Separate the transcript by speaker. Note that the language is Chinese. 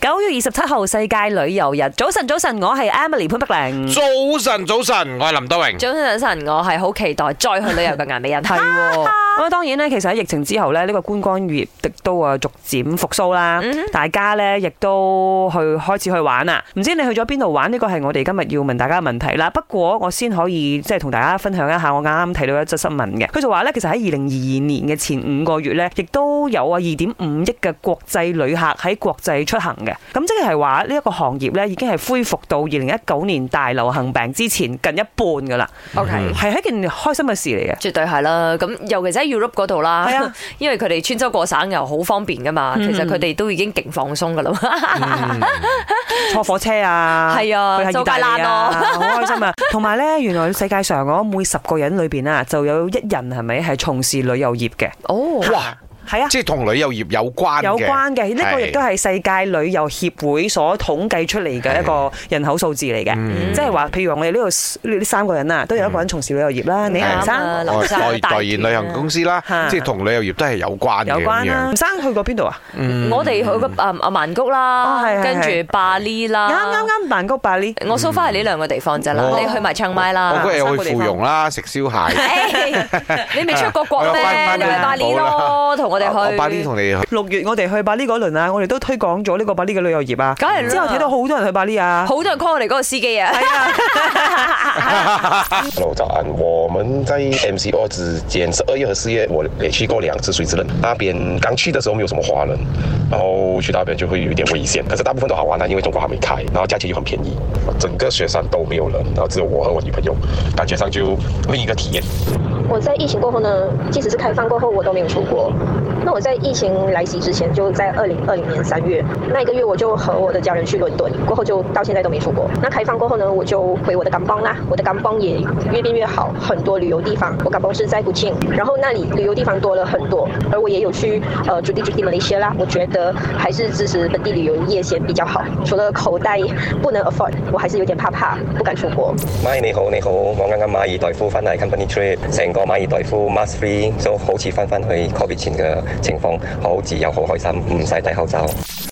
Speaker 1: 九月二十七號世界旅遊日，早晨早晨，我係 Emily 潘碧玲。
Speaker 2: 早晨，早晨，我系林德荣。
Speaker 3: 早晨，早晨，我係好期待再去旅遊嘅顏美人。
Speaker 1: 係喎，咁啊當然咧，其實喺疫情之後咧，呢、個觀光業亦都啊逐漸復甦啦，
Speaker 3: 嗯哼
Speaker 1: 大家咧亦都去開始去玩啦。唔知你去咗邊度玩？呢個係我哋今日要問大家嘅問題啦。不過我先可以即係同大家分享一下，我啱啱睇到一則新聞嘅，佢就話咧，其實喺二零二二年嘅前五個月咧，亦都有啊二點五億嘅國際旅客喺國際出行嘅。咁即係話呢一個行業咧已經係恢復到二零一九年大流行病之前近一半噶啦，
Speaker 3: OK，
Speaker 1: 係一件開心嘅事嚟嘅。
Speaker 3: 絕對係啦。咁尤其是喺 Europe 嗰度啦
Speaker 1: 係啊，
Speaker 3: 因為佢哋穿州過省又好方便噶嘛。
Speaker 1: 嗯
Speaker 3: 其實佢哋都已經勁放鬆噶啦。
Speaker 2: 嗯
Speaker 1: 坐火車啊，
Speaker 3: 係啊
Speaker 1: 去下意大利啊，好開 心啊！同埋咧，原來世界上我每十個人裏邊啊，就有一人係咪係從事旅遊業嘅？
Speaker 3: 哦，
Speaker 2: 哇，
Speaker 1: 係啊。
Speaker 2: 即系同旅游业有关
Speaker 1: 有關嘅，呢個亦都
Speaker 2: 系。
Speaker 1: 係世界旅遊協會所統計出嚟嘅一個人口數字嚟嘅，即係話，譬如話我哋呢度呢三個人啊，都有一個人從事旅遊業啦，你
Speaker 2: 係
Speaker 1: 吳
Speaker 3: 啱
Speaker 1: 生
Speaker 3: 啊，
Speaker 2: 代
Speaker 3: 劉生
Speaker 2: 哦代
Speaker 3: 大
Speaker 2: 代言旅行公司啦
Speaker 1: 嚇，
Speaker 2: 即系同旅游业都系有关嘅
Speaker 1: 有
Speaker 2: 咁
Speaker 1: 關啦，
Speaker 2: 樣。
Speaker 1: 吳生去過邊度啊？
Speaker 2: 嗯
Speaker 3: 我哋去個啊啊曼谷
Speaker 1: 哦
Speaker 3: 啦
Speaker 1: 嗯係係，
Speaker 3: 跟
Speaker 1: 係
Speaker 3: 住巴黎
Speaker 1: 啱
Speaker 3: 啦，
Speaker 1: 啱嗯啱曼谷巴黎，
Speaker 3: 我 so far 係呢兩個地方啫啦
Speaker 2: 哦，
Speaker 3: 你去埋唱麥
Speaker 2: 我
Speaker 3: 啦 哎
Speaker 2: 嗰。
Speaker 1: 三
Speaker 2: 日
Speaker 1: 個
Speaker 2: 去
Speaker 1: 地
Speaker 2: 芙
Speaker 1: 方
Speaker 2: 蓉啦，食 燒蟹。
Speaker 3: 你未出過國
Speaker 2: 我翻
Speaker 3: 咩？
Speaker 2: 返
Speaker 3: 你咪
Speaker 2: 去
Speaker 3: 巴黎咯，同我哋
Speaker 2: 我
Speaker 3: 去。
Speaker 2: 我八啲同你去。
Speaker 1: 六月我哋去巴黎嗰輪啊，我哋都推廣咗呢個巴黎嘅旅遊業啊，
Speaker 3: 梗係啦
Speaker 1: 之後睇到好多人去巴黎啊，
Speaker 3: 好多人 call 我哋嗰個司機啊。
Speaker 4: Hello，早安。我们在 MCO 之间，十二月和四月，我也去过两次水之刃。那边刚去的时候没有什么华人，然后去那边就会有一点危险。可是大部分都好玩啊啦，因为中国还没开，然后价钱又很便宜，整个雪山都没有人，然后只有我和我女朋友，感觉上就另一个体验。
Speaker 5: 我在疫情过后呢，即使是开放过后，我都没有出国。那我在疫情来袭之前，就在二零二零年三月那一个月，我就和我的家人去伦敦，过后就到现在都没出国。那开放过后呢，我就回我的港邦啦，我的港邦也越变越好，很多旅游地方。我港邦是在古晋，然后那里旅游地方多了很多，而我也有去呃主地主地马来西亚啦。我觉得还是支持本地旅游业先比较好，除了口袋不能 afford，我还是有点怕怕，不敢出国。
Speaker 6: 咪你好，你好，我啱啱馬爾代夫翻嚟 company trip，成個馬爾代夫 mask free，都好似翻翻去 covid 前嘅情況，好自由，好開心，唔使戴口罩。